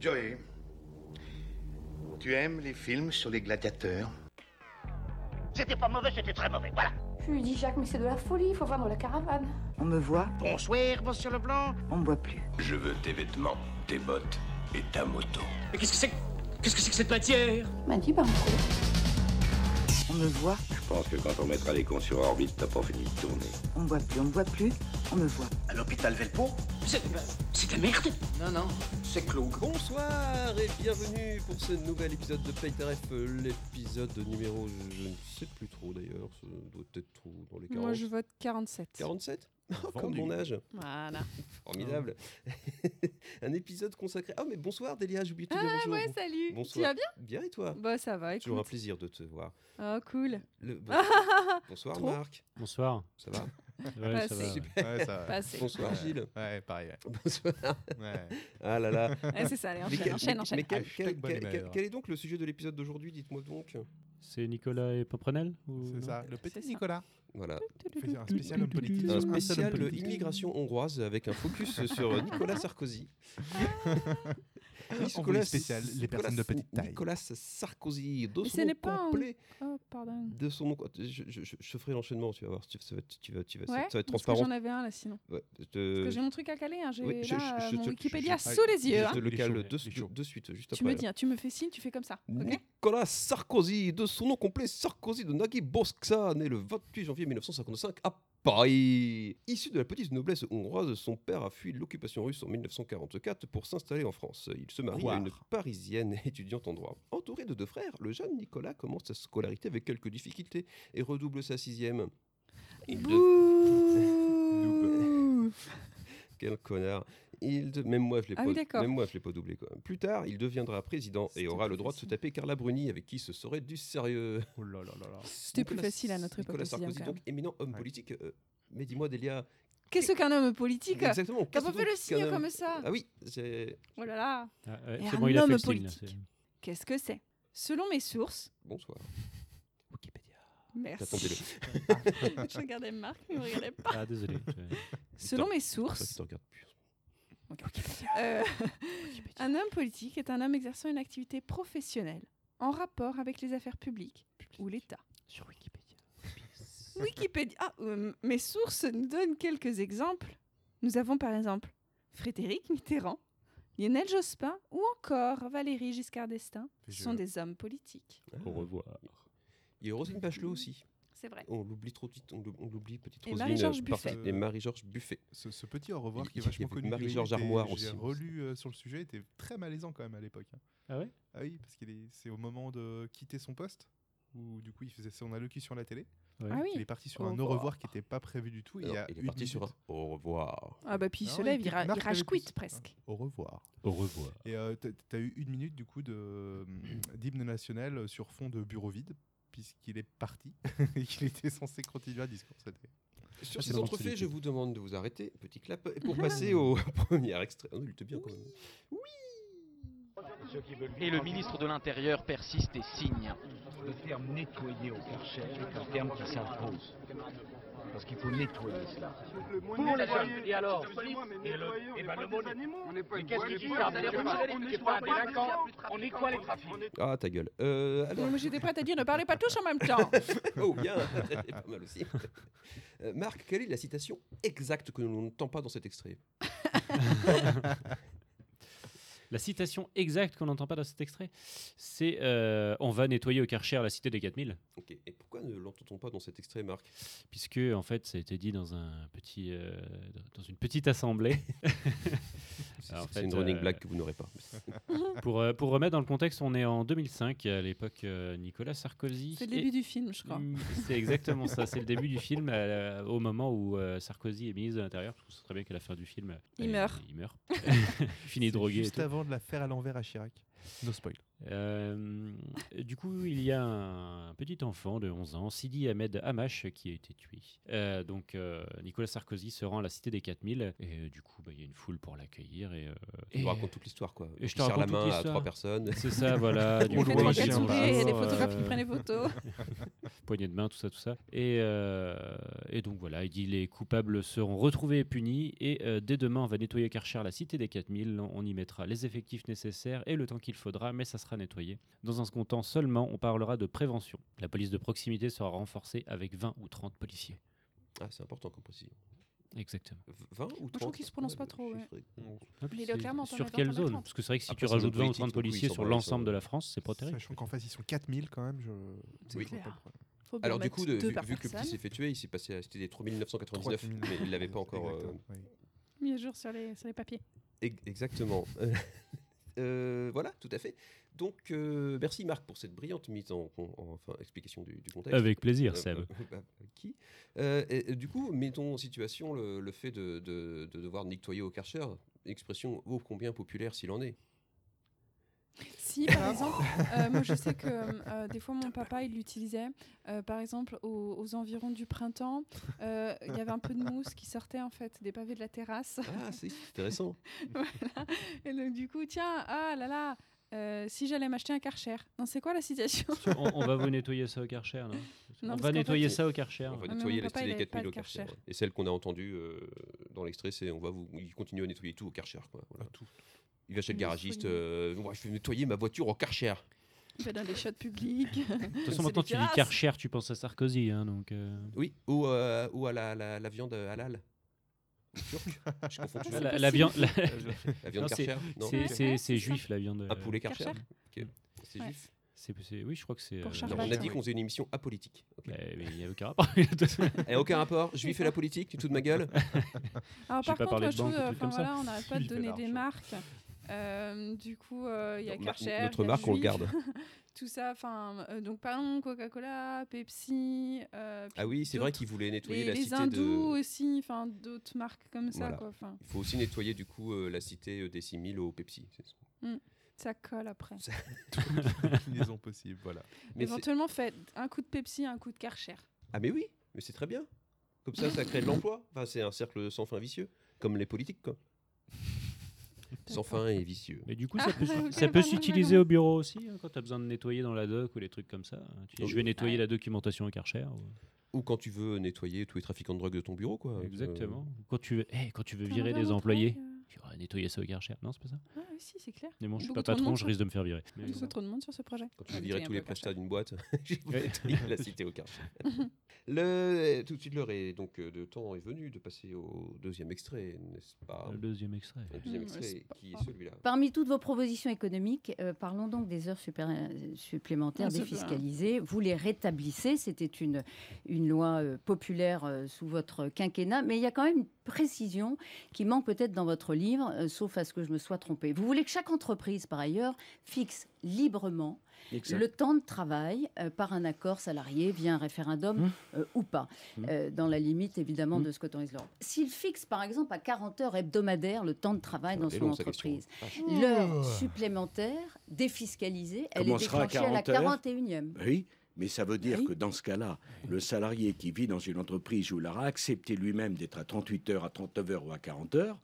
Joey, tu aimes les films sur les gladiateurs C'était pas mauvais, c'était très mauvais, voilà. Je lui dis, Jacques, mais c'est de la folie, il faut vendre la caravane. On me voit, Bonsoir, monsieur Leblanc. on me voit plus. Je veux tes vêtements, tes bottes et ta moto. Mais qu'est-ce que c'est que- Qu'est-ce que c'est que cette matière Il m'a dit, ben, on On me voit, Je pense que quand on mettra les cons sur orbite, t'as pas fini de tourner. on me voit plus, on me voit plus, on me voit. À l'hôpital Velpo C'est ben, c'est de la merde Non, non, c'est Clou. Bonsoir et bienvenue pour ce nouvel épisode de Payteref, l'épisode numéro, je, je ne sais plus trop d'ailleurs, ça doit être trop dans les 40. Moi, je vote 47. 47 Comme Vendu. mon âge, Voilà. formidable. Un épisode consacré. Ah mais bonsoir Delia, j'ai oublié de te dire bonjour. Ah, Ouais, salut. Tu Bonsoir. vas bien Bien et toi Bah, ça va. Toujours un Écoute. plaisir de te voir. Oh, cool. Le- bon- Bonsoir Trop. Marc, Bonsoir. ça va Ouais, Bah, c'est- ça va. ouais. Super. Ouais, ça va. Passé. Bonsoir Gilles. Ouais, pareil. Bonsoir. Ouais. ouais. Ah là là. Ouais, c'est ça. Allez, Mais Hein, enchaîne, quel- enchaîne, mais- enchaîne. mais quel- Hashtag quel- bonne quel- humeur. quel- quel est donc le sujet de l'épisode d'aujourd'hui Dites-moi donc. C'est Nicolas et Paprenel ou... C'est Oh non ça. Le petit C'est ça. Nicolas. Voilà. On fait un spécial homme politique. un seul homme spécial politique. immigration hongroise avec un focus sur Nicolas Sarkozy. Ah. Envoyé spécial, les personnes de petite taille. Nicolas Sarkozy, de Mais son ce n'est nom pas un- complet, Oh, pardon. de son nom. Je, je, je- je ferai l'enchaînement, tu vas voir, tu, ça va, tu vas, tu vas, ça- Ouais, ça va être parce que transparent. j'en avais un là sinon. Ouais, je te- Parce que j'ai mon truc à caler, hein, j'ai oui, je- là je- euh, je mon te- Wikipédia je- sous les je yeux. hein. te le Il est chaud, cale de, il est chaud. de suite, juste Tu après. me là. dis, hein, tu me fais signe, tu fais comme ça. Ok Nicolas Sarkozy, de son nom complet Sarkozy de Nagui Bosksa, né le 28 janvier 1955 à Paris. Issu de la petite noblesse hongroise, son père a fui l'occupation russe en 1944 pour s'installer en France. Il se marie à une Croire. parisienne étudiante en droit. Entouré de deux frères, le jeune Nicolas commence sa scolarité avec quelques difficultés et redouble sa sixième. Il de- Bouh. Quel connard. Il de- Même moi, je l'ai Ah pas... oui, d'accord. Même moi, je l'ai pas doublé. Quoi. Plus tard, il deviendra président et C'était aura le plus droit de se facile. taper Carla Bruni, avec qui ce serait du sérieux. Oh là là là là. C'était plus facile à notre époque, Nicolas le sixième, Sarkozy, quand donc éminent homme Ouais. politique. euh, mais dis-moi, Delia. Qu'est-ce qu'un homme politique T'as Exactement. pas fait le signe comme ça Ah oui, c'est. Oh là là. Ah, ouais, Et c'est un bon, il a fait homme le signe. là, politique. c'est- Qu'est-ce que c'est Selon mes sources, Bonsoir. Wikipédia. Attendez-le. merci. Je regardais Marc, il me regardait pas. Ah, désolé. je- Selon mes Toi, sources, tu te regardes plus. Euh, un homme politique est un homme exerçant une activité professionnelle en rapport avec les affaires publiques ou l'État. Sur Wikipédia. Wikipédia. Ah, euh, mes sources nous donnent quelques exemples. Nous avons par exemple Frédéric Mitterrand, Lionel Jospin ou encore Valérie Giscard d'Estaing. Ce Je- sont des hommes politiques. Au revoir. Ah. Il y a Roselyne Bachelot aussi. C'est vrai. On l'oublie trop petite. On l'oub- on l'oublie petite Et Roselyne. Marie-Georges euh, Buffet. partie- Et Marie-Georges Buffet. Ce, ce petit au revoir Il- qui est il y vachement avait connu. Marie-Georges j'ai- Armoire J'ai aussi. relu euh, sur le sujet, était très malaisant quand même à l'époque. hein. Ah ouais Ah oui, parce qu'il est, c'est au moment de quitter son poste où du coup il faisait son allocution à la télé. Ouais. Ah Il oui. est parti sur Au un au revoir. revoir qui n'était pas prévu du tout. il, Alors, y a il est une parti sur un minute. au revoir. Ah bah puis il Ah se ouais, lève, il il, ra- marque il avec rage-quitte plus. presque. Au revoir. Au revoir. Et euh, t'as- t'as eu une minute du coup de euh, d'hymne national sur fond de bureau vide puisqu'il est parti et qu'il était censé continuer à discours. C'était- Sur Ah, ces c'est marrant, entrefaits, c'est je l'équipe. vous demande de vous arrêter. Petit clap. Et Ah. pour passer au premier extrait. Ah non, il était bien quand même. Et le ministre de l'Intérieur persiste et signe. Le terme nettoyer au Karcher est un terme qui s'impose. Parce qu'il faut nettoyer cela. Pour la jeune, et alors Et le, et ben le mot Mais qu'est-ce qu'il dit là D'ailleurs, vous savez, les pas délinquants, on est quoi les trafics Ah, ta gueule. Euh, alors, Ah. Moi j'étais prête à dire ne parlez pas tous en même temps. Oh bien, Elle est pas mal aussi. Euh, Marc, quelle est la citation exacte que l'on n'entend pas dans cet extrait La citation exacte qu'on n'entend pas dans cet extrait, c'est euh, On va nettoyer au Karcher la cité des 4000. Ok, et pourquoi ne l'entend-on pas dans cet extrait, Marc Puisque, en fait, ça a été dit dans, un petit, euh, dans une petite assemblée. C'est Alors, en c'est fait, une running euh, blague que vous n'aurez pas. pour, euh, pour remettre dans le contexte, on est en 2005, à l'époque, euh, Nicolas Sarkozy. C'est le est- début du film, je crois. Mm, C'est exactement ça. C'est le début du film euh, au moment où euh, Sarkozy est ministre de l'Intérieur. Parce qu'on sait très bien qu'à la fin du film, euh, Il meurt. Il meurt. Fini C'est drogué. et Juste tout. avant de la faire à l'envers à Chirac. No spoil. Euh, du coup, il y a un petit enfant de 11 ans, Sidi Ahmed Hamash, qui a été tué. Euh, donc, euh, Nicolas Sarkozy se rend à la Cité des 4000. Et euh, du coup, bah, il y a une foule pour l'accueillir. Et, euh, Je et- vous raconte toute l'histoire, quoi. et Il je te serre la raconte toute main à l'histoire. trois personnes. C'est ça, voilà. On On le fait voit trois aussi, quatre Ah hein, sourires, il y a des Euh, photographes qui prennent des photos. poignée de main, tout ça, tout ça. Et, euh, et donc voilà, il dit les coupables seront retrouvés et punis. Et euh, dès demain, on va nettoyer Karcher, la cité des 4000. On y mettra les effectifs nécessaires et le temps qu'il faudra, mais ça sera nettoyé. Dans un second temps seulement, on parlera de prévention. La police de proximité sera renforcée avec 20 ou 30 policiers. Ah, c'est important comme précision. Exactement. 20 ou 30 je trouve qu'il se prononce pas trop, ouais. Ah, Mais il a clairement pas Sur raison, quelle t'en as zone 30. Parce que c'est vrai que si Après, tu c'est notre rajoutes politique, 20 ou 30 donc oui, ils policiers sont sur pas- ils l'ensemble sont- de la France, c'est pas terrible. Sachant qu'en face, ils sont 4000 quand même. Je... C'est Oui. clair. Faut bien Alors du mettre coup, de- bah, deux vu, par vu que le petit personne. s'est fait tuer, il s'est passé à c'était des 3999, 3000. mais il l'avait pas encore... euh, Exactement, oui. mis à jour sur les, sur les papiers. ex- exactement. Euh, voilà, tout à fait. Donc, euh, merci Marc pour cette brillante mise en, en- enfin, explication du, du contexte. Avec plaisir, Euh, Seb. euh, bah, qui Euh, et, et du coup, mettons en situation le, le fait de, de- de devoir nettoyer au Karcher, expression ô combien populaire s'il en est. Si, Ah. par exemple, euh, moi je sais que euh, des fois mon papa il l'utilisait. Euh, par exemple, aux, aux environs du printemps, euh, il y avait un peu de mousse qui sortait en fait des pavés de la terrasse. Ah, c'est intéressant. Voilà. Et donc du coup, tiens, ah là là, euh, si j'allais m'acheter un Karcher. Non, c'est quoi la situation Tu- on, on va vous nettoyer ça au Karcher. là. Non, on parce va qu'en nettoyer fait, ça au Karcher. On va mais nettoyer mon la papa, stylée il avait pas 4000 au de Karcher. Karcher. ouais. Et celle qu'on a entendue euh, dans l'extrait, c'est on va vous il continue à nettoyer tout au Karcher. Quoi. voilà. Il va chez le Mais garagiste, folie. euh, Ouais, je vais nettoyer ma voiture au Karcher. Il va dans les shots publics. De toute c'est façon, maintenant des tu dis terrasses. Karcher, tu penses à Sarkozy. hein, donc, euh, Oui, ou, euh, ou à la, la- la viande halal. Turc. Je confonds tu toujours. vois, la, Ah, possible. la viande, la- La viande Non, c'est- Karcher Non, c'est- c'est c'est Ouais, juif la viande. un euh, poulet Karcher. Karcher. Ok. C'est Ouais. juif. c'est- c'est- Oui, je crois que c'est. Pour euh, Non, Charles on a Batin. dit qu'on faisait une émission apolitique. Ok. Bah, mais il n'y a aucun rapport. Et aucun rapport, juif et la politique, tu te fous de ma gueule Alors, J'ai par pas contre, parlé moi, de je trouve, banque ou de euh, trucs enfin comme ça. voilà, on n'arrête pas de Suivez donner des l'argent. marques. Euh, du coup, euh, il y a Non, ma- Karcher, notre il y a marque, on le Juif, garde. tout ça, enfin, euh, donc pardon, Coca-Cola, Pepsi, euh, puis Ah oui, c'est vrai D'autres- qu'ils voulaient nettoyer les, la les cité hindous de... aussi, enfin, d'autres marques comme ça, Voilà. quoi. Enfin, Il faut aussi nettoyer du coup euh, la cité euh, des 6000 au Pepsi. C'est- ça colle après. Combinaison possible, voilà. Mais c'est- Éventuellement, faites un coup de Pepsi, un coup de Karcher. ah mais oui, mais c'est très bien. Comme ça, ça crée de l'emploi. Enfin, c'est un cercle sans fin vicieux, comme les politiques quoi. Sans D'accord. fin et vicieux. Mais du coup, Ah, ça peut, s- ok, ça peut pardon, s'utiliser pardon. au bureau aussi hein, quand tu as besoin de nettoyer dans la doc ou les trucs comme ça. hein. Tu dis, Oui. je vais nettoyer la documentation au Karcher. ou- Ou quand tu veux nettoyer tous les trafiquants de drogue de ton bureau quoi. Euh, Exactement. Quand tu veux, eh, quand tu veux T'as un virer verre des au employés, travail, euh tu vas nettoyer ça au Karcher. Non, c'est pas ça. Ah oui, si, c'est clair. Mais bon, je suis Beaucoup pas trop de patron, monde je sur- risque de me faire virer. Mais- Beaucoup trop de monde sur ce projet. Quand tu Ah, veux mais virer t'es tous un les peu Karcher. prestats d'une boîte, j'ai nettoyé la cité au Karcher. Le, tout de suite, l'heure est donc euh, de temps est venue de passer au deuxième extrait, n'est-ce pas Le deuxième extrait. Le deuxième Mm, extrait, n'est-ce qui pas est celui-là. Parmi toutes vos propositions économiques, euh, parlons donc des heures super- euh, supplémentaires Ah, c'est défiscalisées. Vous les rétablissez, c'était une, une loi euh, populaire euh, sous votre quinquennat, mais il y a quand même une précision qui manque peut-être dans votre livre, euh, sauf à ce que je me sois trompée. Vous voulez que chaque entreprise, par ailleurs, fixe librement le temps de travail euh, par un accord salarié via un référendum Mmh. euh, ou pas, Mmh. euh, dans la limite évidemment Mmh. de ce qu'autorise l'Europe. S'il fixe par exemple à 40 heures hebdomadaires le temps de Ah, travail Elle dans est son longue, sa question. Ah, entreprise, Vache. L'heure supplémentaire, défiscalisée, elle est Commencera à déclenchée à, la 40 41e. Oui, mais ça veut dire Oui. que dans ce cas-là, le salarié qui vit dans une entreprise où il aura accepté lui-même d'être à 38 heures, à 39 heures ou à 40 heures,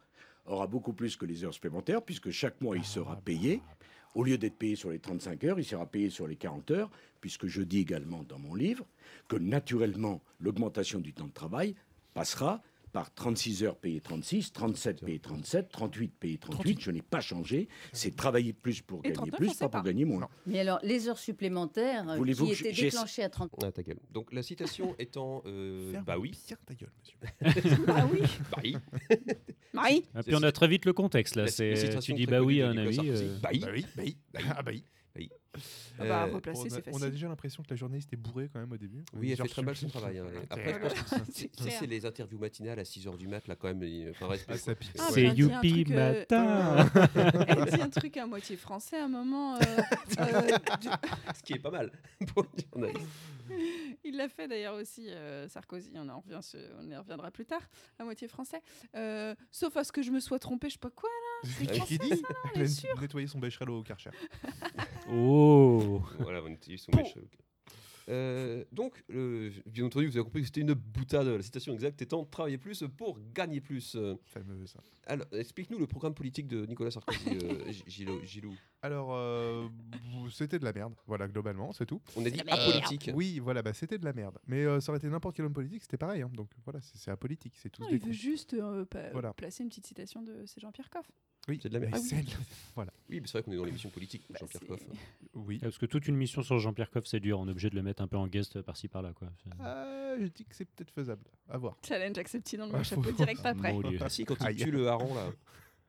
aura beaucoup plus que les heures supplémentaires, puisque chaque mois il Ah, sera payé. bah, Au lieu d'être payé sur les 35 heures, il sera payé sur les 40 heures, puisque je dis également dans mon livre que naturellement, l'augmentation du temps de travail passera par 36 heures payées 36, 37 payées 37, 38 payées 38. Je n'ai pas changé. C'est travailler plus pour Et gagner 39, on plus, sait pas pour pas. gagner moins. Mais alors, les heures supplémentaires euh, Voulez-vous qui que je- étaient j'ai- déclenchées à 30 Ah, ta gueule. Donc la citation étant. euh, Ferme bah oui, Bien ta gueule, monsieur. Bah oui, bah oui. Marie. Ah, puis on a très vite le contexte là. La- c'est- la citation Tu dis très bah connue oui de à un Nicolas ami. Sarkozy. euh, Bah oui. Bah oui, bah oui, ah bah oui. Ah bah, Euh, replacer, on, c'est a, facile. on a déjà l'impression que la journaliste est bourrée quand même au début. Oui, elle Genre, fait très mal son je- travail. hein. Ah, Après, je pense que si- si clair. c'est les interviews matinales à 6h du mat, là, quand même, il- enfin, respect, Ah, quoi. ça pique. Ah, ouais. C'est bah, elle dit un youpi truc, euh, matin. Elle dit un truc à moitié français à un moment. euh, euh, du- Ce qui est pas mal pour le journaliste. Il l'a fait d'ailleurs aussi, euh, Sarkozy, on, en revient sur- on y reviendra plus tard, à moitié français. Euh, sauf à ce que je me sois trompé, je sais pas quoi. C'est Ah oui. qui qui dit on est Nettoyer son bécherel au Karcher. Oh. Voilà, on utilise son Pou. mèche, ok. Euh, donc, le- bien entendu, vous avez compris que c'était une boutade. La citation exacte étant travailler plus pour gagner plus. Euh, Fameux ça. Alors, explique-nous le programme politique de Nicolas Sarkozy, euh, G- Gilo- Gilou. Alors, euh, c'était de la merde, voilà, globalement, c'est tout. On a dit C'est de la merde. apolitique. Euh, Oui, voilà, bah, c'était de la merde. Mais euh, ça aurait été n'importe quel homme politique, c'était pareil. hein. Donc voilà, c'est c'est apolitique, c'est tous Non, des Ah, il veut cons. juste euh, pa- Voilà. placer une petite citation de c'est Jean-Pierre Coff. Oui, c'est de la merde. mais c'est de la- Voilà. Oui, mais c'est vrai qu'on est dans l'émission politique, Jean-Pierre Coff. Oui. Ah, Parce que toute une mission sur Jean-Pierre Coff, c'est dur. On est obligé de le mettre un peu en guest par-ci par-là. quoi. C'est- Ah, je dis que c'est peut-être faisable. À voir. Challenge accepté dans le Ah, chapeau faut- direct après. Mon Dieu. Ah si, quand il Aïe. tue le harangue là.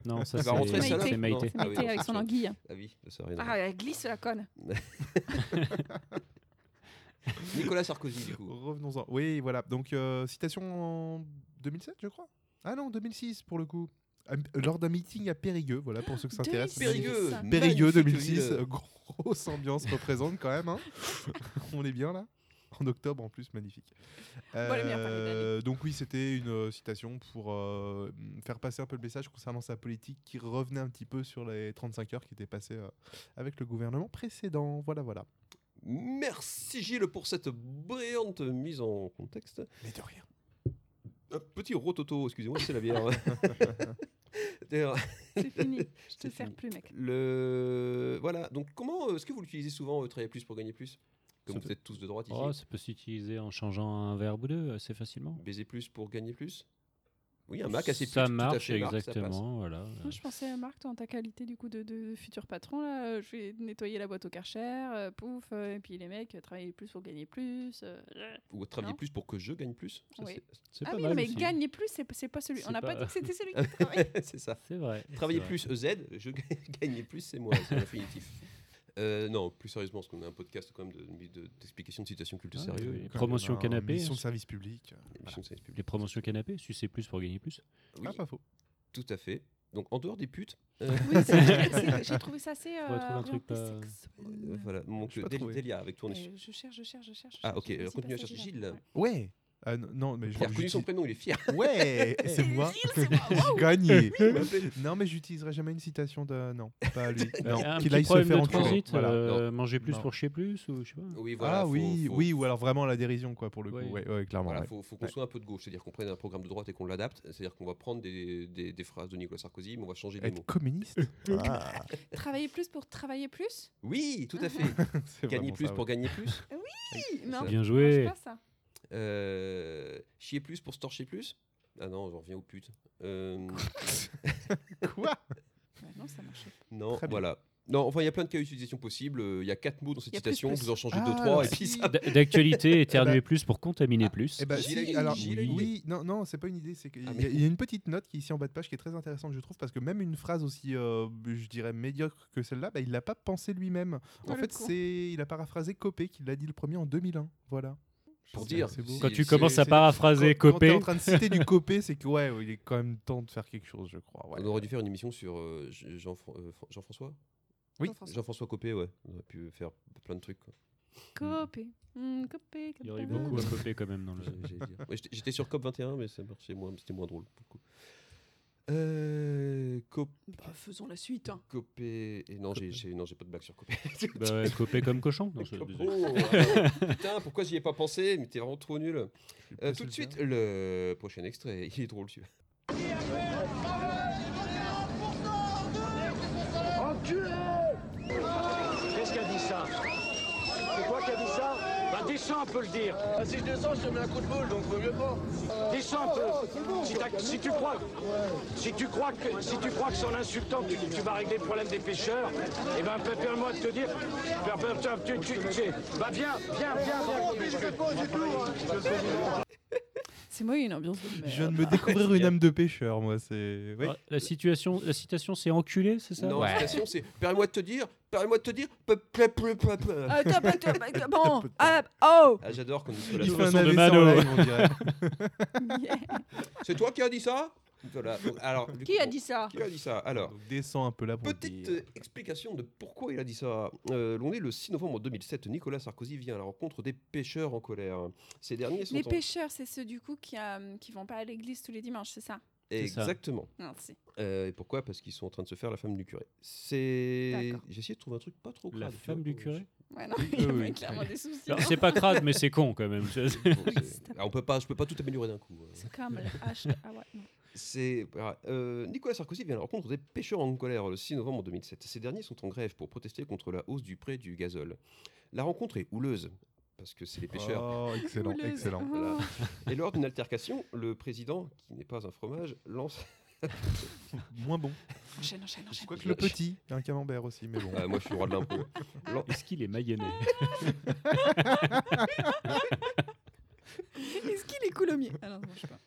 Non, ça, Il va Bah, c'est- rentrer, Maïté. celle-là C'est Maïté. Maïté non, avec c'est son sûr. anguille. Ah oui, ça n'a rien à voir. Ah, elle glisse la conne. Nicolas Sarkozy, du coup. Revenons-en. Oui, voilà. Donc, euh, citation en 2007, je crois. Ah non, 2006 pour le coup. Am- Lors d'un meeting à Périgueux, voilà, pour ceux que ça intéresse. 2006. Périgueux, Périgueux magnifique 2006, ville. euh, grosse ambiance représente quand même. hein. On est bien là En octobre en plus, magnifique. Voilà, bien, parlez de Euh, donc oui, c'était une euh, citation pour euh, faire passer un peu le message concernant sa politique qui revenait un petit peu sur les 35 heures qui étaient passées euh, avec le gouvernement précédent. Voilà, voilà. Merci Gilles pour cette brillante mise en contexte. Mais de rien. Un petit rototo, excusez-moi, c'est la bière. D'ailleurs- C'est fini. Je te C'est sers fini. plus, mec. Le... Voilà, donc comment euh, est-ce que vous l'utilisez souvent, euh, travailler plus pour gagner plus Comme Ça vous peut- êtes tous de droite ici. Oh, ça peut s'utiliser en changeant un verbe ou deux assez facilement. Baiser plus pour gagner plus Oui, un Mac assez plus. Ça tout à marche, fait Mac, ça passe. exactement. voilà. Moi, je pensais à Marc, toi, en ta qualité du coup de, de futur patron, là, euh, je vais nettoyer la boîte au Karcher, euh, pouf, euh, et puis les mecs, euh, travailler plus pour gagner plus. euh, euh, Ou travailler non plus pour que je gagne plus. Ça, Oui. c'est Ah pas oui, mal mais aussi. gagner plus, c'est c'est pas celui. C'est On n'a pas... pas- dit que c'était celui qui c'est- travaille. c'est ça. C'est vrai. Travailler c'est vrai. plus EZ, je gagne- gagner plus, c'est moi, c'est l'infinitif. Euh, non, plus sérieusement, parce qu'on a un podcast quand même d'explication de, d'explication de citations culte Ah, sérieux. oui, et- quand Promotion Eh ben, canapé. Mission de service public. et émission de service public. Les promotions canapé, sucer plus pour gagner plus. Oui, Ah, pas faux. tout à fait. Donc en dehors des putes. Oui, euh, c'est- c'est- j'ai trouvé ça assez. euh, Faudrait trouver un truc orienté pas- sexuel. euh, voilà, mon J'ai pas trouvé. Delia avec ton Mais Je cherche, je cherche, je cherche. je Ah, cherche, ok, je sais alors pas continuez à si chercher j'arrive. Gilles. Ouais. Ouais. Ah, non, non, mais je- Il a reconnu son j'utilise- prénom, il est fier. Ouais, c'est moi. J'ai gagné. Bah, non, mais j'utiliserai jamais une citation de. Non, pas lui. Non, Un qu'il petit aille se problème faire de enculer. transit, Voilà. euh, manger plus Non. pour chier plus ou je sais pas. Oui, voilà. ah faut- oui, faut- oui, ou alors vraiment la dérision, quoi, pour le Ouais. coup. Ouais, ouais, clairement. Voilà, ouais. faut, faut qu'on Ouais. soit un peu de gauche, c'est-à-dire qu'on prenne un programme de droite et qu'on l'adapte, c'est-à-dire qu'on va prendre des, des- des phrases de Nicolas Sarkozy, mais on va changer les Être mots. communiste Ah, Travailler plus pour travailler plus Oui, tout à fait. c'est gagner vraiment plus ça, pour ouais. gagner plus. Oui, mais enfin, Bien je joué. pense pas ça. Euh, chier plus pour se torcher plus. Ah non, j'en reviens aux putes. Euh, Quoi Bah non, ça marche pas. non, Très bien. voilà. Non, enfin, il y a plein de cas d'utilisation possibles. euh, Il y a quatre mots dans cette Il y a plus, citation. plus. Vous en changez Ah, deux, trois, et si. puis ça. D- D'actualité, éternuer bah- plus pour contaminer plus. Eh ben, Gilles a si, une- alors, Gilles a oui, une non, non, c'est pas une idée. C'est qu'il y, Ah, a- mais- il y a une petite note qui est ici en bas de page qui est très intéressante, je trouve, parce que même une phrase aussi, euh, je dirais médiocre que celle-là, bah, il l'a pas pensée lui-même. Oh, En le fait, con. c'est, il a paraphrasé Copé qui l'a dit le premier en 2001. Voilà. Pour C'est- dire, c'est beau. Quand si- tu si- commences à c'est- paraphraser, Quand- Quand t'es copier. en train de citer du Copé, c'est que ouais, il est quand même temps de faire quelque chose, je crois. ouais. On aurait dû faire une émission sur euh, J- Jean- euh, Fran- Jean-François. Oui. Jean-François. Jean-François Copé, ouais. On aurait pu faire plein de trucs. quoi. Copé. Mmh, copé, Il y aurait eu copé. beaucoup à copier quand même dans le. J'allais- j'allais dire. Ouais, j'étais- J'étais sur COP21, mais ça marchait moins, c'était moins drôle. pour le coup. Euh, Cop- Bah, faisons la suite. hein. Copé. Et non, j'ai j'ai- non, j'ai pas de blague sur Copé. Bah ouais, copier comme cochon. Non, c'est- Oh, désolé. ah, putain, pourquoi j'y ai pas pensé Mais t'es vraiment trop nul. Euh, pas tout seul de suite, le prochain extrait. Il est drôle, celui-là. Qu'est-ce qu'a dit ça C'est toi qui as dit ça Bah descends un peu le dire Ah, Si je descends, je te mets un coup de boule, donc vaut mieux pas Euh, oh, Descends un peu si, t'as- si tu crois, si, tu crois que, si tu crois que c'est en insultant que tu, tu vas régler le problème des pêcheurs, eh ben permets-moi de te dire... per- per- tu- tu- tu- tu- bah viens, viens, viens, hein. viens C'est moi, il y a une ambiance de merde. Je euh, viens de me découvrir une âme de pêcheur, moi. C'est. Ouais. Ah, La situation, la citation, c'est enculé, c'est ça Non, la citation, c'est Permets-moi de te dire, permets-moi de te dire. pe- pe- pe- pe- pe- Ah, top, top, top, top, bon, ah, oh Ah, j'adore quand on Il dit fait un façon de AVC en Mano. live, on dirait. Yeah. C'est toi qui as dit ça Voilà. donc, Alors, du Qui a coup, dit ça Qui a dit ça Alors. Donc, descends un peu là pour le Petite dire. euh, explication de pourquoi il a dit ça. Euh, L'on est le 6 novembre 2007. Nicolas Sarkozy vient à la rencontre des pêcheurs en colère. Ces derniers sont Les en- pêcheurs, c'est ceux du coup qui, euh, qui vont pas à l'église tous les dimanches, c'est ça C'est ça. Exactement. Non, si. Euh, et pourquoi Parce qu'ils sont en train de se faire la femme du curé. C'est. D'accord. J'ai essayé de trouver un truc pas trop La crade, tu femme vois, du pour- curé Ouais, non, il y Oui, avait oui. clairement des soucis. Alors, C'est pas crade, mais c'est con quand même. Ah, on peut pas, je peux pas tout améliorer d'un coup. hein. C'est comme le H. Ah ouais, non. C'est voilà. Euh, Nicolas Sarkozy vient à la rencontre des pêcheurs en colère le 6 novembre 2007. Ces derniers sont en grève pour protester contre la hausse du prix du gazole. La rencontre est houleuse parce que c'est les pêcheurs. Oh, excellent, Houleuse. excellent. Voilà. Et lors d'une altercation, le président, qui n'est pas un fromage, lance. Moins bon. Enchaîne, enchaîne, enchaîne. Quoique le petit, il y a un camembert aussi, mais bon. Ah, moi, je suis le roi de l'impôt. Est-ce qu'il est mayonné Ah, Est-ce qu'il est coulommier Ah non, non, je sais pas.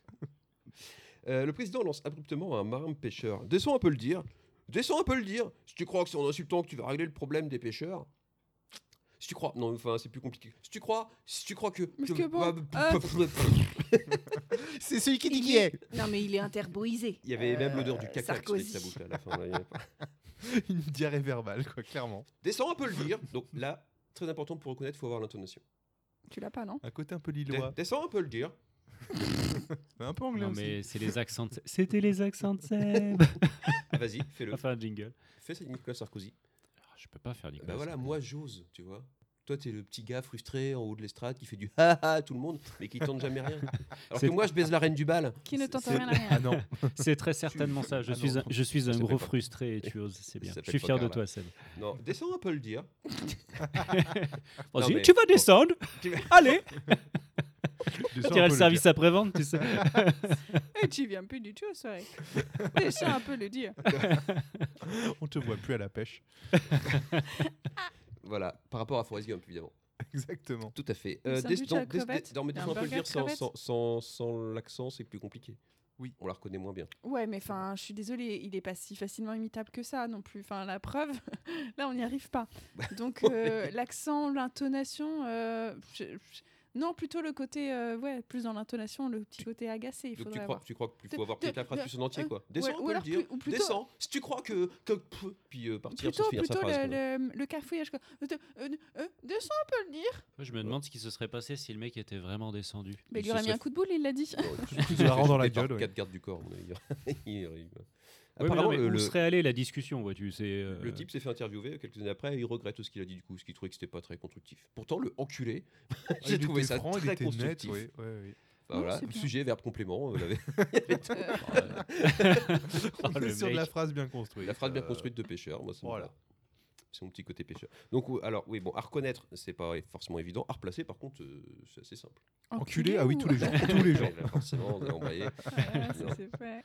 Euh, le président lance abruptement un marin pêcheur. Descends un peu le dire. Descends un peu le dire. Si tu crois que c'est en insultant que tu vas régler le problème des pêcheurs. Si tu crois. Non, enfin, c'est plus compliqué. Si tu crois. Si tu crois que. que- que bon, bah, euh, c'est celui qui dit qui est. Non, mais il est interboisé. Il y avait même l'odeur du caca qui Sarkozy. sortait de sa bouche à la fin. Il y avait pas- Une diarrhée verbale, quoi, clairement. Descends un peu le dire. Donc là, très important pour reconnaître, faut avoir l'intonation. Tu l'as pas, non Un côté un peu lillois. Des- Descends un peu le dire. un peu anglais Non, aussi. mais c'est les accents. de- C'était les accents de Seb. Ah, Vas-y, fais-le. Enfin, un jingle. Ah, Fais ça, Nicolas Sarkozy. Je peux pas faire Nicolas. Bah voilà, moi j'ose, tu vois. Toi, t'es le petit gars frustré en haut de l'estrade qui fait du ha ha à tout le monde, mais qui tente jamais rien. Alors que C'est- moi, je baise la reine du bal. Qui ne tente C'est- rien à rien. Ah non. C'est très certainement ça. Je Ah suis non. un, je suis un Ça gros s'appelle pas- frustré et tu oses, c'est Ça bien. Je s'appelle suis fier poker, de là. toi, Seb. Non, descends un peu le dire. Vas-y, Non, mais- tu vas descendre. Tu vas- Allez. Descends On un dirait peu le le service dire. après-vente, tu sais. Et Eh, tu viens plus du tout à soirée. Déjà un peu le dire. On te voit plus à la pêche. Voilà, par rapport à Forrest Gump, évidemment. Exactement. Tout à fait. Le Euh, sandwich des- à la donc, des- des- crevette non, mais et des- un on peut le burger dire sans, crevette. sans- sans- sans l'accent, c'est plus compliqué. Oui. On la reconnaît moins bien. Ouais, mais enfin, je suis désolée, il est pas si facilement imitable que ça non plus. Enfin, la preuve, là, on n'y arrive pas. Donc, euh, l'accent, l'intonation, euh, je- je- non, plutôt le côté, euh, ouais, plus dans l'intonation, le petit côté agacé. Il Donc faudrait tu crois, avoir. tu crois qu'il De- faut avoir peut-être de- la phrase de- plus en entier, euh, quoi. ouais, Descends, ou on peut le alors dire. plus- ou plutôt- Descends, si tu crois que... que- pff, puis euh, partir Plutôt, sans finir sa plutôt phrase. le, quoi. le- le cafouillage. quoi. Euh, euh, euh, descends, on peut le dire. Moi, je me demande ce qui se serait passé si le mec était vraiment descendu. Mais il lui aurait mis un coup de boule, il l'a dit. Tu la rends dans la Par gueule, ouais. Quatre gardes du corps, à mon avis. Il arrive. Ouais, mais non, Apparemment, mais euh, où le- serait allée la discussion, vois-tu c'est, euh, Le type s'est fait interviewer quelques années après et il regrette ce qu'il a dit du coup, ce qu'il trouvait que c'était pas très constructif. Pourtant, le enculé, Ah, il j'ai était trouvé ça franc, il très était net, constructif. ouais, ouais, ouais. Enfin, Non, voilà, c'est bien. sujet, verbe, complément. euh, il y avait- Oh, On Ah, le est sur de mec. la phrase bien construite. La phrase bien Euh, construite de pêcheur, moi ça me voilà. plaît. C'est mon petit côté pêcheur. Donc, ou- alors, oui, bon, à reconnaître, c'est pas forcément évident. À replacer, par contre, euh, c'est assez simple. Enculé, Enculé ah oui, ou- tous les jours, tous les jours. Là, forcément, on est embrayé. Ah, ça, Non. c'est vrai.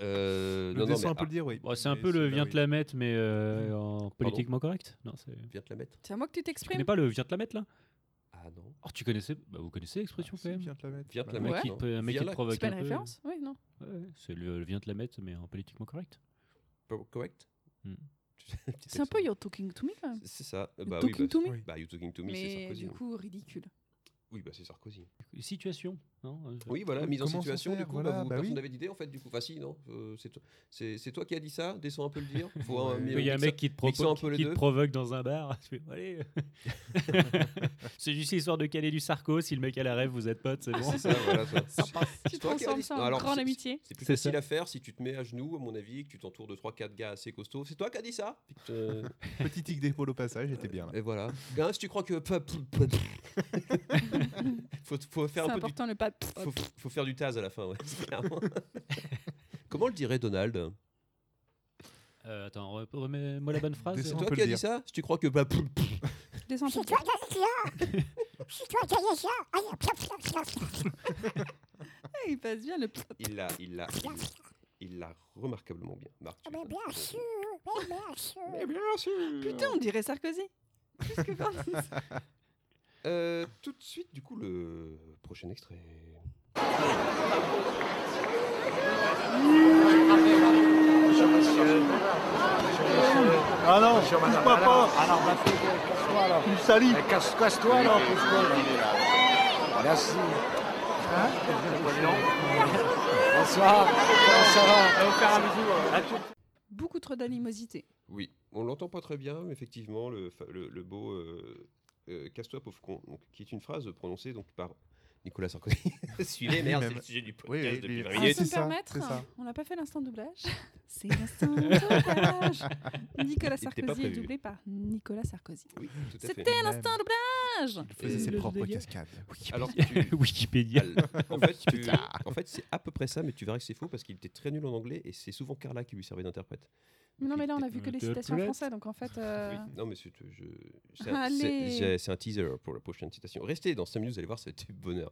Euh, Le non, non, dessin, mais- on peut le dire, oui. Bon, c'est un mais peu le là, viens oui. te la mettre, mais euh, en politiquement correct. Non, Viens te la mettre. C'est à moi que tu Tu t'exprimes. connais pas le viens te la mettre là Ah non. Oh, tu connaissais bah, Vous connaissez Ah, l'expression quand même Viens te la mettre. Ah, Viens te la Un mec mettre, qui non. te- Un mec Viens qui te la- provoque C'est pas un une peu. référence Oui, non. Ouais, c'est le, le viens te la mettre, mais en politiquement correct. Correct Hmm. C'est un peu You're Talking to Me quand même. C'est ça. Euh, You're Bah, oui, talking bah, to me. oui. Bah, You Talking to Me, c'est Mais Sarkozy. du hein. coup, ridicule. Oui, bah, c'est Sarkozy. Situation, non euh, Oui, voilà, mise en Comment s'en situation, du faire, coup, voilà, bah, vous, bah personne oui. n'avait d'idée, en fait, du coup. Enfin, si, non, euh, c'est toi- c'est c'est toi qui as dit ça, descends un peu le dire. Faut un- Il y a un mixer- mec qui te, mixer provoque- un peu les qui te deux. provoque dans un bar. Tu fais, allez. c'est juste l'histoire de caler du sarco. Si le mec a la rêve, vous êtes potes, c'est Ah, bon. c'est ça, voilà, ça. Tu C'est toi qui as transformes dit- ça en Non, alors, grande c'est- amitié. C'est plus C'est facile à faire si tu te mets à genoux, à mon avis, que tu t'entoures de 3-4 gars assez costauds. C'est toi qui as dit ça Puis que, euh, Petit tic d'épaule au passage, j'étais bien là. Et voilà. hein, Si tu crois que. faut, faut faire C'est un peu important du... le pas. Faut, faut faire du taz à la fin, ouais, clairement. Comment le dirait Donald Euh, attends, re- remets-moi la bonne phrase. C'est toi qui as dit ça Si tu crois que. Descends un peu. Eh, Il passe bien le. Il l'a, il l'a, il- il l'a remarquablement bien. Marc, tu- Mais bien sûr, bien sûr. Mais bien sûr. Putain, on dirait Sarkozy. Plus que Francis. Euh, tout de suite, du coup, le prochain extrait. Ah non, pousse-moi pas Alors, bah, euh, casse-toi alors Tu me salis Casse-toi alors, pousse-toi Merci Hein Bonsoir Comment ça va On va faire un bisou Beaucoup trop d'animosité. Oui, on l'entend pas très bien, mais effectivement, le, fa- le, le beau euh, euh, Casse-toi, pauvre con, donc, qui est une phrase prononcée donc, par Nicolas Sarkozy. Suivez, merde, c'est Lui-même. le sujet du Oui, oui, podcast lui- depuis 20 Sans minutes. se permettre, on n'a pas fait l'instant doublage. C'est l'instant doublage. Nicolas Il était pas Sarkozy est prévu. doublé par Nicolas Sarkozy. tout à fait. C'était l'instant doublage. Il faisait ses propres cascades. Alors que tu- Wikipédia. En fait, tu- Putain. en fait, c'est à peu près ça, mais tu verras que c'est faux parce qu'il était très nul en anglais et c'est souvent Carla qui lui servait d'interprète. Mais non, mais là, on a vu Petite que les citations en poulette. français, donc en fait. euh, Oui, non, mais c'est je- c'est un, Allez. c'est- j'ai- c'est un teaser pour la prochaine citation. Restez dans 5 minutes, vous allez voir, ça va être du bonheur.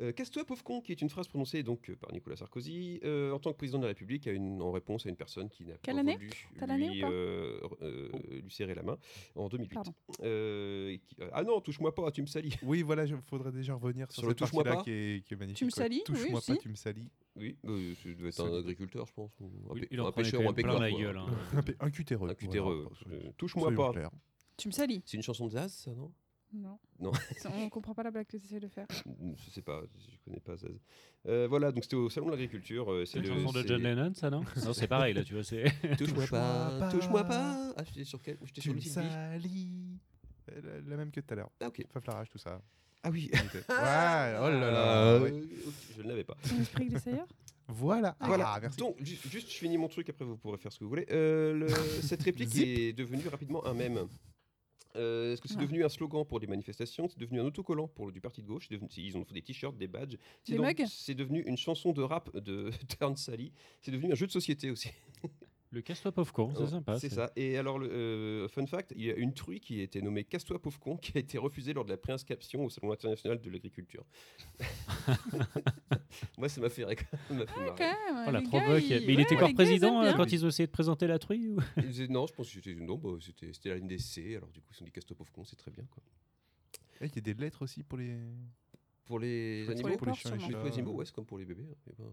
Euh, Casse-toi, pauvre con, qui est une phrase prononcée donc euh, par Nicolas Sarkozy euh, en tant que président de la République à une- en réponse à une personne qui n'a pas Quelle année voulu T'as l'année lui, ou pas euh, euh, lui serrer la main en 2008. Pardon. Euh, et qui- euh, ah non, touche-moi pas, tu me salis. Oui, voilà, il faudrait déjà revenir sur, Sur le cette touche-moi partie-là pas. qui est, qui est magnifique. Tu me quoi. salis, oui, Touche-moi pas, aussi. tu me salis. Oui, euh, ça doit être Salut. un agriculteur, je pense. ou un Il- pê- il en un prenait pêcheur quand ou un même plein pêcheur. la quoi. gueule, hein. Un p- un cutéreux. Un cutéreux. Voilà. Euh, Touche-moi Soyons pas. clairs. Tu me salis. C'est une chanson de Zaz, ça, non Non. Non. On comprend pas la blague que tu essaies de faire. Je sais pas, je connais pas Zaz. Euh, voilà, donc c'était au Salon de l'Agriculture. euh, C'est une le- chanson de c'est- John Lennon, ça, non Non, c'est pareil, là, tu vois, c'est. Touche-moi pas, pas. touche-moi pas. Ah, j'étais sur quel J'étais Tu sur me le salis. Euh, La, la même que tout à l'heure. Ah, ok. Faflarage, tout ça. Ah oui. On était- Ouais, oh là Ah. là. oui. Je ne l'avais pas. Ton esprit glissé ailleurs Voilà. Voilà. Ah, merci. Donc, ju- juste, je finis mon truc, après vous pourrez faire ce que vous voulez. Euh, le- cette réplique est devenue rapidement un mème. Euh, Est-ce que c'est Ah. devenu un slogan pour des manifestations C'est devenu un autocollant pour le du parti de gauche c'est devenu- Ils ont fait des t-shirts, des badges. C'est Des donc- mugs C'est devenu une chanson de rap de Turn Sally. C'est devenu un jeu de société aussi. Le casse-toi, pauvre con, c'est Oh, sympa. C'est ça. Et alors, le, euh, fun fact, il y a une truie qui était nommée Casse-toi, pauvre con, qui a été refusée lors de la préinscription au Salon international de l'agriculture. Moi, ça m'a fait, rire, ça m'a fait marrer. quand même, Oh, la Ah, les provoque. gars, ils- Mais il était ouais, les encore gars, ils président aiment euh, bien. quand ils ont essayé de présenter la truie ou... Ils disaient, non, je pense que c'était non, bah, c'était c'était la NDC. Alors du coup, ils se sont dit casse-toi pauvre con, c'est très bien quoi. Eh, Il y a des lettres aussi pour les. Pour les Pour les animaux, porcs, Pour les chiens et Mais chats, pour les animaux, euh. ouais, c'est comme pour les bébés. hein, mais bon.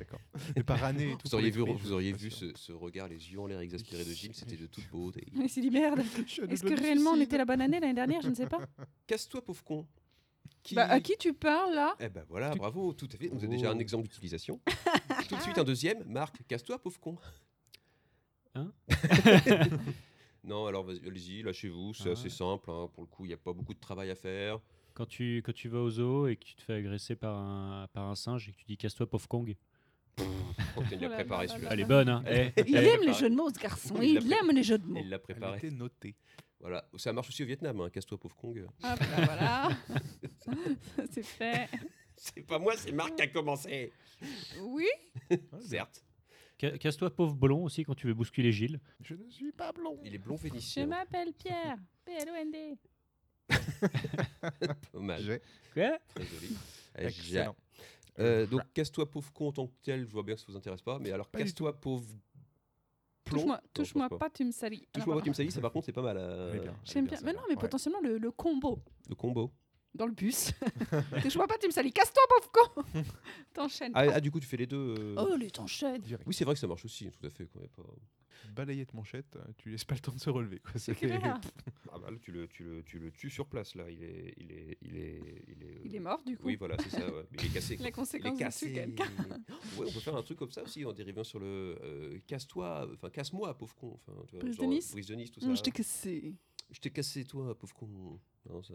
D'accord. Et par année. et tout vous pour auriez les vu, fruits, je vous suis auriez pas vu sûr. ce, ce regard, les yeux en l'air exaspérés de Jim, c'était de toute beauté. Il s'est dit merde. Est-ce que réellement on était la bonne année l'année dernière Je ne sais pas. Casse-toi pauvre con. Qui- Bah, à qui tu parles là Eh ben voilà, bravo, tout à fait. Vous avez déjà Oh. un exemple d'utilisation. tout de suite un deuxième. Marc, casse-toi, pauvre con. Hein Non, alors vas-y, allez-y, lâchez-vous, c'est Ah assez ouais. simple. hein, Pour le coup, il n'y a pas beaucoup de travail à faire. Quand tu, quand tu vas au zoo et que tu te fais agresser par un, par un singe et que tu dis casse-toi, pauvre Kong. Oh, putain, il l'a Oh là préparé là celui-là. là Elle est bonne, hein Eh, Il l'a eh. Il aime les préparé. jeux de mots, ce garçon. Il l'a Il pré- aime les jeux de mots. Il l'a Elle préparé. était notée. Voilà, ça marche aussi au Vietnam, hein, casse-toi pauvre Kong. Ah bah voilà. C'est fait. C'est pas moi, c'est Marc qui a commencé. Oui Ah Certes, Ca- Casse-toi, pauvre blond aussi quand tu veux bousculer Gilles. Je ne suis pas blond. il est blond Je vénitien. m'appelle Pierre. P-L-O-N-D. Hommage. J'ai. Quoi Très joli. Euh, Excellent. j'ai- euh, donc, casse-toi pauvre con en tant que tel, je vois bien que ça vous intéresse pas, mais alors Pas du casse-toi pauvre plomb. Oh, Touche-moi, Non, touche-moi je pense pas, tu me salis. Touche-moi pas, Alors, tu me salis, ça par contre, c'est pas mal. euh, Elle est bien, elle est J'aime bien. Mais celle-là. non, mais Ouais. potentiellement le, le combo Le combo. dans le bus. Touche-moi pas, tu me salis. Casse-toi, pauvre con T'enchaînes. Ah, ah, du coup, tu fais les deux. euh, Oh, les t'enchaînes. Direct. Oui, c'est vrai que ça marche aussi, tout à fait. quoi, y a pas- Balayette manchette, euh, tu laisses pas le temps de se relever. Quoi. Ça fait- clair. Ah bah là, tu le, tu, le, tu le tues sur place, là. Il est. Il est, il est, il est, euh, Il est mort, du coup. Oui, voilà, c'est ça. ouais. Mais il est cassé. quoi. La Il est conséquence de cassé. tuer quelqu'un. Ouais, on peut faire un truc comme ça aussi en dérivant sur le euh, casse-toi, enfin casse-moi, pauvre con. Enfin, tu vois, Brise de genre, Nice Brise de Nice, tout ça. Hum, Je t'ai cassé. Je t'ai cassé, toi, pauvre con. Non, ça-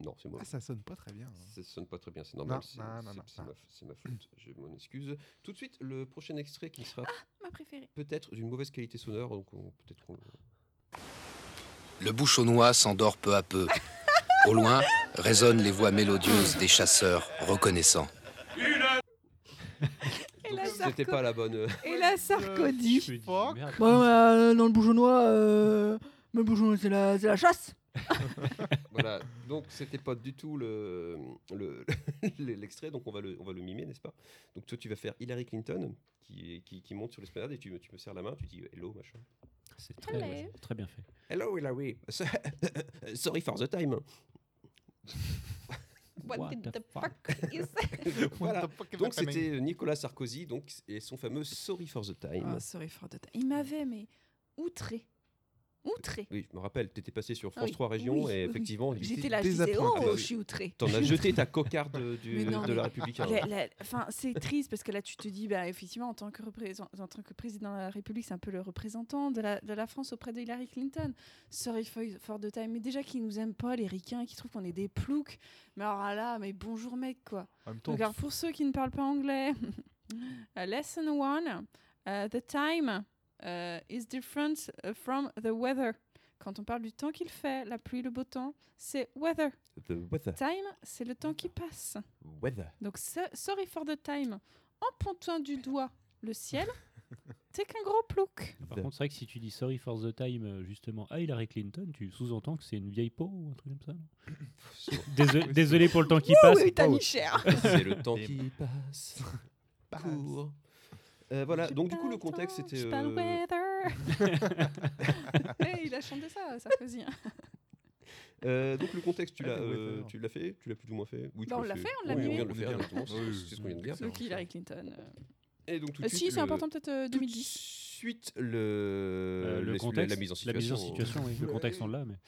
non, c'est moi. Ah, ça sonne pas très bien. hein. Ça sonne pas très bien, c'est normal. Non, c'est- non, non, c'est- non, C'est non. ma, c'est ma faute, je m'en excuse. Tout de suite, le prochain extrait qui sera Ma préférée. peut-être d'une mauvaise qualité sonore, donc on- peut-être qu'on. Le bouchonnois s'endort peu à peu. Au loin, résonnent les voix mélodieuses des chasseurs reconnaissants. Et la, C'était Sarko- pas la bonne. euh, Et la Sarkozy. Bon, euh, dans le bourgeois, euh, mais le bourgeois, c'est la, c'est la chasse. voilà, donc c'était pas du tout le le- le- l'extrait, donc on va le, on va le mimer, n'est-ce pas Donc toi, tu vas faire Hillary Clinton qui, qui, qui monte sur l'esplanade et tu, me- tu me serres la main, tu dis euh, hello, machin. C'est très, Hello. très bien fait. Hello, Hillary. So- Sorry for the time. What, What the, the fuck, is that voilà. What the fuck is Donc happening c'était Nicolas Sarkozy donc, Ah, et son fameux Sorry for the time. sorry for the Il m'avait, mais outré. outrée. Oui, je me rappelle, t'étais passé sur Ah France oui. 3 Régions Oui, et oui, oui. effectivement. il J'étais était là, je disais, oh, désappointé. Ah, bah je suis outré. T'en as jeté ta cocarde du- Mais non, de mais- la République. hein. la- la- enfin, c'est triste parce que là, tu te dis, bah, effectivement, en tant que, représentant- en tant que président de la République, c'est un peu le représentant de la, de la France auprès de Hillary Clinton. Sorry for, for the time. Mais déjà, qui nous aiment pas, les ricains, qui trouvent qu'on est des ploucs. Mais alors ah là, mais bonjour, mec, quoi. En même temps, Donc, alors, pour ceux qui ne parlent pas anglais, euh, lesson one, euh, the time euh, is different euh, from the weather. Quand on parle du temps qu'il fait, la pluie, le beau temps, c'est weather. The weather. Time, c'est le temps qui passe. Weather. Donc, so- sorry for the time. En pointant du doigt le ciel, t'es qu'un gros plouc. Par contre, c'est vrai que si tu dis Sorry for the time, euh, justement, à Hillary Clinton, tu sous-entends que c'est une vieille peau ou un truc comme ça non Désolé, désolé pour le temps qui Ah Ouh, passe. oui, t'as Oh. mis cher. C'est le temps qui passe. Court. Euh, voilà, donc du coup, le contexte c'était. Je parle euh, weather. Eh, il a chanté ça, Sarkozy. hein. Euh, donc le contexte, tu Ah, l'as, le euh, tu l'as fait, tu l'as plus ou moins fait. Oui, tu Bah, on l'as l'a fait, on l'a Oui, mis. vient de le On faire. est bien. exactement, Oui, c'est- c'est ce qu'on vient de dire. Donc, Hillary Clinton. euh. Et donc tout de Euh, suite. Si, c'est le- important, peut-être euh, 2010. Suite le, Euh, le les- contexte, la mise en la mise situation. en situation, hein. oui. Le contexte, on l'a, mais-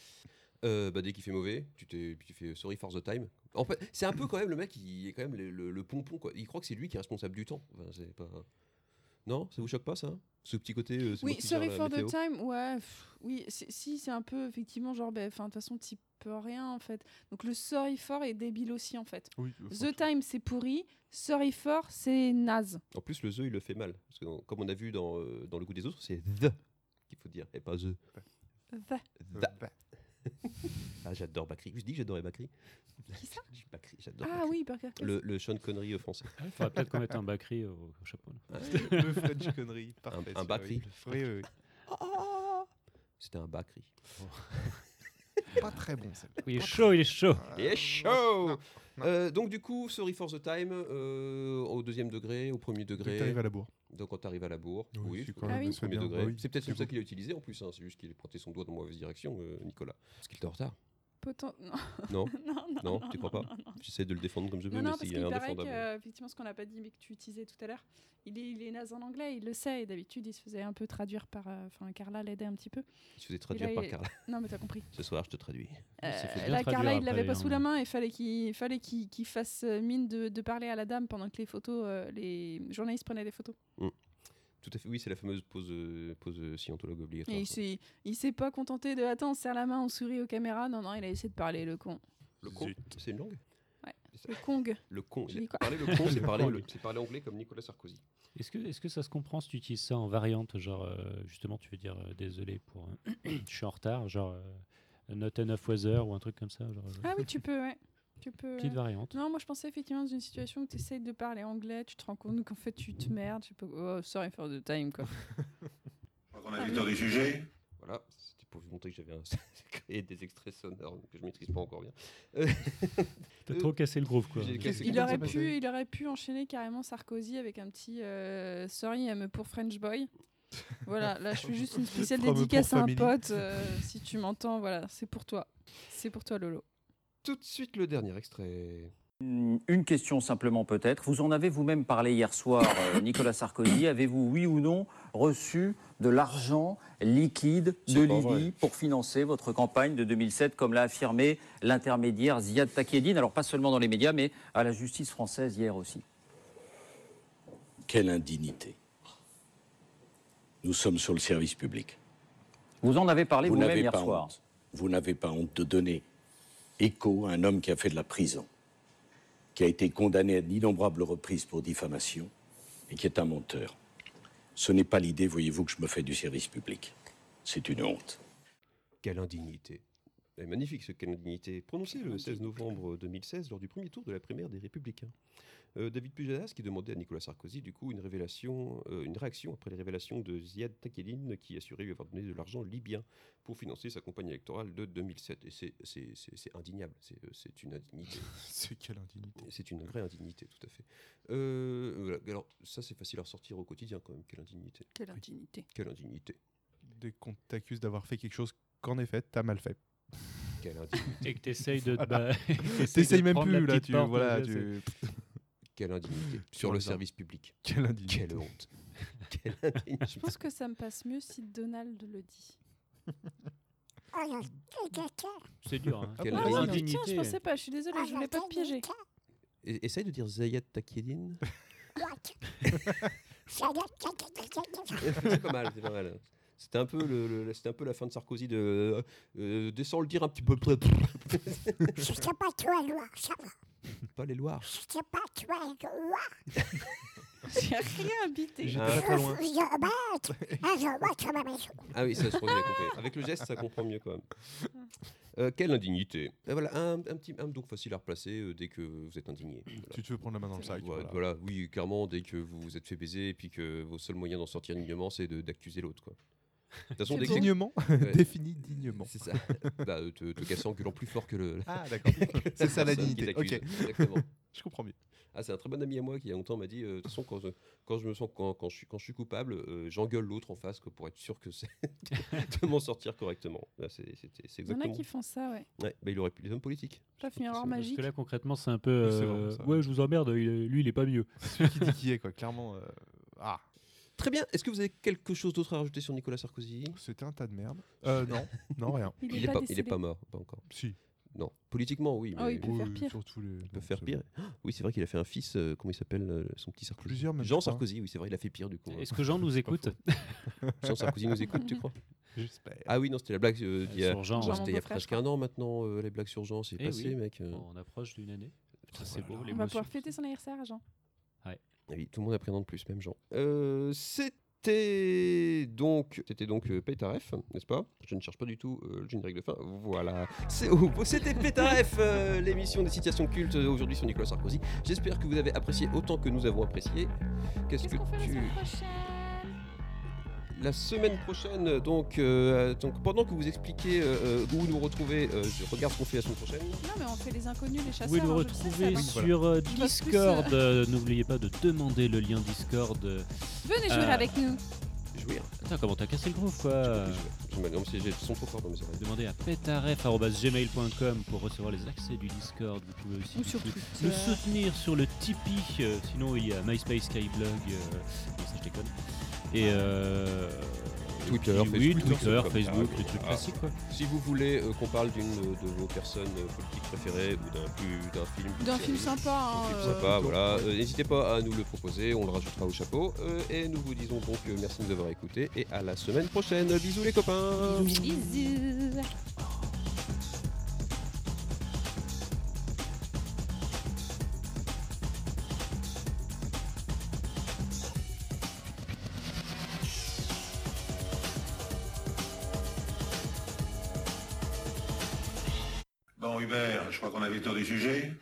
Euh, bah, dès qu'il fait mauvais, tu, t'es- tu fais sorry for the time. En fait, c'est un peu quand même le mec, il est quand même le, le- le pompon. Quoi. Il croit que c'est lui qui est responsable du temps. Enfin, c'est pas... Non, ça vous choque pas ça Ce petit côté. euh, c'est moi Oui, qui gère Sorry la for the météo. Time, ouais, pff, oui, c'est- si, c'est un peu, effectivement, genre, ben, enfin, de toute façon, t'y peux rien, en fait. Donc, le Sorry for est débile aussi, en fait. Oui, euh, the Time, c'est pourri, Sorry for, c'est naze. En plus, le the, il le fait mal. Parce que, dans- comme on a vu dans, euh, dans Le goût des autres, c'est the qu'il faut dire, et pas the. euh, The. bah, ah, j'adore Bakri. Je dis que j'adorais Bakri. Qui ça Bakri, j'adore. Ah Bakri. oui, Burger King. Le, le Sean Connery euh, français. Il faudrait peut-être qu'on mette un Bakri au, au chapeau. là. Le French Connery, parfait. Un, un c'est Bakri. horrible. Oui, oui, C'était un Bakri. oui. Pas très bon, celle-là. Il est chaud, il est chaud. Ah, Il est chaud Euh, Donc du coup, Sorry for the Time, euh, au deuxième degré, au premier degré. t'arrives à la bourre. Donc quand t'arrives à la bourre, Oui, oui, c'est c'est quand même Ah oui. premier bien, degré. oui, c'est peut-être c'est comme ça bon. qu'il a utilisé en plus, hein, c'est juste qu'il a pointé son doigt dans la mauvaise direction, euh, Nicolas. Parce qu'il était en retard. Potent- Non. Non non, non, Non, non, tu crois non, pas non, non. J'essaie de le défendre comme je peux, Non, mais non, c'est parce qu'il paraît que, indéfendable. euh, effectivement, ce qu'on n'a pas dit, mais que tu utilisais tout à l'heure, il est, il est naze en anglais, il le sait, et d'habitude, il se faisait un peu traduire par. euh, Enfin, Carla l'aidait un petit peu. Il se faisait Et traduire là, par il- Carla. Non, mais t'as compris. Ce soir, je te traduis. Euh, Il s'est fait bien là, traduire Carla, il après, l'avait pas hein. sous la main et fallait qu'il fallait qu'il qu'il fasse euh, mine de, de parler à la dame pendant que les photos, euh, les journalistes prenaient des photos. Mm. Tout à fait, oui, c'est la fameuse pause, euh, pause euh, scientologue obligatoire. Et il s'est il s'est pas contenté de attends, on se serre la main, on sourit aux caméras. Non, non, il a essayé de parler le con. Le con, c'est une langue Ouais. Le Kong. Le con. Je il a- dis quoi Parler le con, c'est Le parler, con. le- c'est parler anglais comme Nicolas Sarkozy. Est-ce que, est-ce que ça se comprend si tu utilises ça en variante Genre, euh, justement, tu veux dire euh, désolé pour. euh, je suis en retard, genre euh, not enough weather ou un truc comme ça. Genre, euh, Ah oui, tu peux, ouais. Tu peux, euh, Petite ouais. variante. Non, moi je pensais effectivement dans une situation où tu essayes de parler anglais, tu te rends compte qu'en fait tu te merdes, je sais pas, oh, sorry for the time quoi. On a eu le temps de juger. Voilà, c'était pour vous montrer que j'avais un... créé des extraits sonores que je maîtrise pas encore bien. Euh, T'as trop cassé le groove, quoi. j'ai cassé il, complètement aurait le pu, il aurait pu enchaîner carrément Sarkozy avec un petit euh, sorry I'm pour French boy. Voilà, là je fais juste une spéciale From a dédicace poor à un family. pote. euh, si tu m'entends, voilà, c'est pour toi. C'est pour toi Lolo. Tout de suite le dernier extrait. Une question simplement peut-être. Vous en avez vous-même parlé hier soir, euh, Nicolas Sarkozy. Avez-vous, oui ou non, reçu de l'argent liquide de pas l'IBI pour financer votre campagne de 2007, comme l'a affirmé l'intermédiaire Ziad Takieddine Alors pas seulement dans les médias, mais à la justice française hier aussi. Quelle indignité. Nous sommes sur le service public. Vous en avez parlé Vous vous-même n'avez hier pas soir. honte. Vous n'avez pas honte de donner écho à un homme qui a fait de la prison, qui a été condamné à d'innombrables reprises pour diffamation et qui est un menteur. Ce n'est pas l'idée, voyez-vous, que je me fais du service public. C'est une honte. Quelle indignité. Elle est magnifique ce quelle indignité. Prononcé le 16 novembre 2016 lors du premier tour de la primaire des Républicains. Euh, David Pujadas qui demandait à Nicolas Sarkozy du coup une révélation, euh, une réaction après les révélations de Ziad Takeline qui assurait lui avoir donné de l'argent libyen pour financer sa campagne électorale de 2007. Et c'est- c'est c'est- c'est indignable, c'est euh, c'est une indignité. C'est quelle indignité. C'est une vraie indignité, tout à fait. Euh, voilà. Alors ça c'est facile à ressortir au quotidien quand même, quelle indignité. Quelle indignité. Quelle indignité. Dès qu'on t'accuse d'avoir fait quelque chose qu'en effet, t'as mal fait. Quelle indignité. Et que t'essayes de. te Voilà. ba- t'essayes de T'essayes même prendre la plus, là, petite tu. porte, euh, Voilà, là, tu. Quelle indignité. Par Sur le exemple. service public. Quelle indignité. Quelle honte. Quelle indignité. Je pense que ça me passe mieux si Donald le dit. C'est dur. Hein. Quelle Ah ouais, mais indignité. tiens, je pensais pas, je suis désolée, je voulais pas te piéger. Et- E-, Essaye de dire Zayat Takedine. c'est pas mal, c'est pas mal. C'était un, peu le, le- c'était un peu la fin de Sarkozy de. euh, euh, descends le dire un petit peu. Je sais pas toi, Loire, ça va. pas les Loirs. Je sais pas toi, Loire. J'ai rien habité. J'étais pas très loin. Je rentre, ah, je rentre à ma maison. Ah oui, ça, je crois que j'ai compris. Avec le geste, ça comprend mieux quand même. Euh, quelle indignité. Et voilà, un, un petit un donc facile à replacer euh, dès que vous êtes indigné. Tu te veux prendre la main dans le sac. Voilà, voilà. voilà, oui, clairement, dès que vous vous êtes fait baiser et puis que vos seuls moyens d'en sortir dignement, c'est de- d'accuser l'autre. quoi. De toute C'est dès que- dignement Ouais. Défini dignement. C'est ça. bah, euh, te, te casser en gueulant plus fort que le. Ah, d'accord. que C'est ça, la personne qui dignité. t'accuse. Ok. Exactement. Je comprends mieux. Ah, c'est un très bon ami à moi qui, il y a longtemps, m'a dit euh, De toute façon, quand je, quand je me sens, quand, quand je, suis, quand je suis coupable, euh, j'engueule l'autre en face quoi, pour être sûr que c'est de m'en sortir correctement. Là, c'est c'était- c'est Il y en exactement. a qui font ça, ouais. bah, il aurait pu les hommes politiques. T'as fait une erreur magique. Parce que là, concrètement, c'est un peu. Oui, c'est euh, vraiment ça, ouais, je vous emmerde, il- lui, il est pas mieux. Celui qui dit qui est, quoi, clairement. euh, Ah. Très bien. Est-ce que vous avez quelque chose d'autre à rajouter sur Nicolas Sarkozy C'était un tas de merde. Euh, non, non, rien. Il est, pas, il est pas mort, pas encore. Si. Non, politiquement, oui. Oh, Ah mais- il peut faire Oui, pire. surtout les- Il peut faire pire. Oui, c'est vrai qu'il a fait un fils, euh, comment il s'appelle, euh, son petit Sarkozy Plusieurs, même, Jean je crois. Sarkozy, oui, c'est vrai, il a fait pire du coup. Est-ce que Jean nous C'est pas écoute faux. Jean Sarkozy nous écoute, tu crois J'espère. Ah oui, non, c'était la blague euh, d'il y a, Sur Jean, c'était hein. il y a Jean, mon presque un an maintenant, euh, les blagues sur Jean, c'est Eh passé, oui. mec. euh. On approche d'une année. Putain, c'est beau, On va l'émotion. pouvoir fêter son anniversaire, Jean. Ah Oui, tout le monde appréhende plus, même Jean. Euh, c'était donc, c'était donc euh, Pétaref, n'est-ce pas Je ne cherche pas du tout euh, le générique de fin. Voilà. C'est au- C'était Pétaref, euh, l'émission des citations cultes euh, aujourd'hui sur Nicolas Sarkozy. J'espère que vous avez apprécié autant que nous avons apprécié. Qu'est-ce que tu la semaine prochaine, donc, euh, donc pendant que vous expliquez euh, euh, où nous retrouver, euh, je regarde ce qu'on fait la semaine prochaine. Non, mais on fait les inconnus, les Vous chasseurs. pouvez nous hein, je le sais, ça retrouver va. sur euh, Je bosse plus, Discord. euh, Euh, N'oubliez pas de demander le lien Discord. euh, Venez jouer euh, avec nous. Jouir. Attends, comment t'as cassé le groove quoi Je me j'ai son trop fort dans mes oreilles. Demandez à petaref.gmail.com pour recevoir les accès du Discord. Vous pouvez aussi Ou sur nous- Twitter. nous soutenir sur le Tipeee. euh, sinon, il y a MySpace, Skyblog. euh, non, ça, je déconne. Et. euh, et Twitter, puis, oui, Facebook, Twitter, comme ça, Facebook, oui. les trucs Ah. classiques quoi. Si vous voulez euh, qu'on parle d'une euh, de vos personnes euh, politiques préférées ou d'un plus- d'un film, d'une D'un série, film sympa, hein, d'un film euh, sympa, voilà. Euh, N'hésitez pas à nous le proposer, on le rajoutera au chapeau. Euh, et nous vous disons donc euh, merci de nous avoir écoutés et à la semaine prochaine. Bisous les copains. Bisous. Bon, Hubert, je crois qu'on a vite hors du sujet.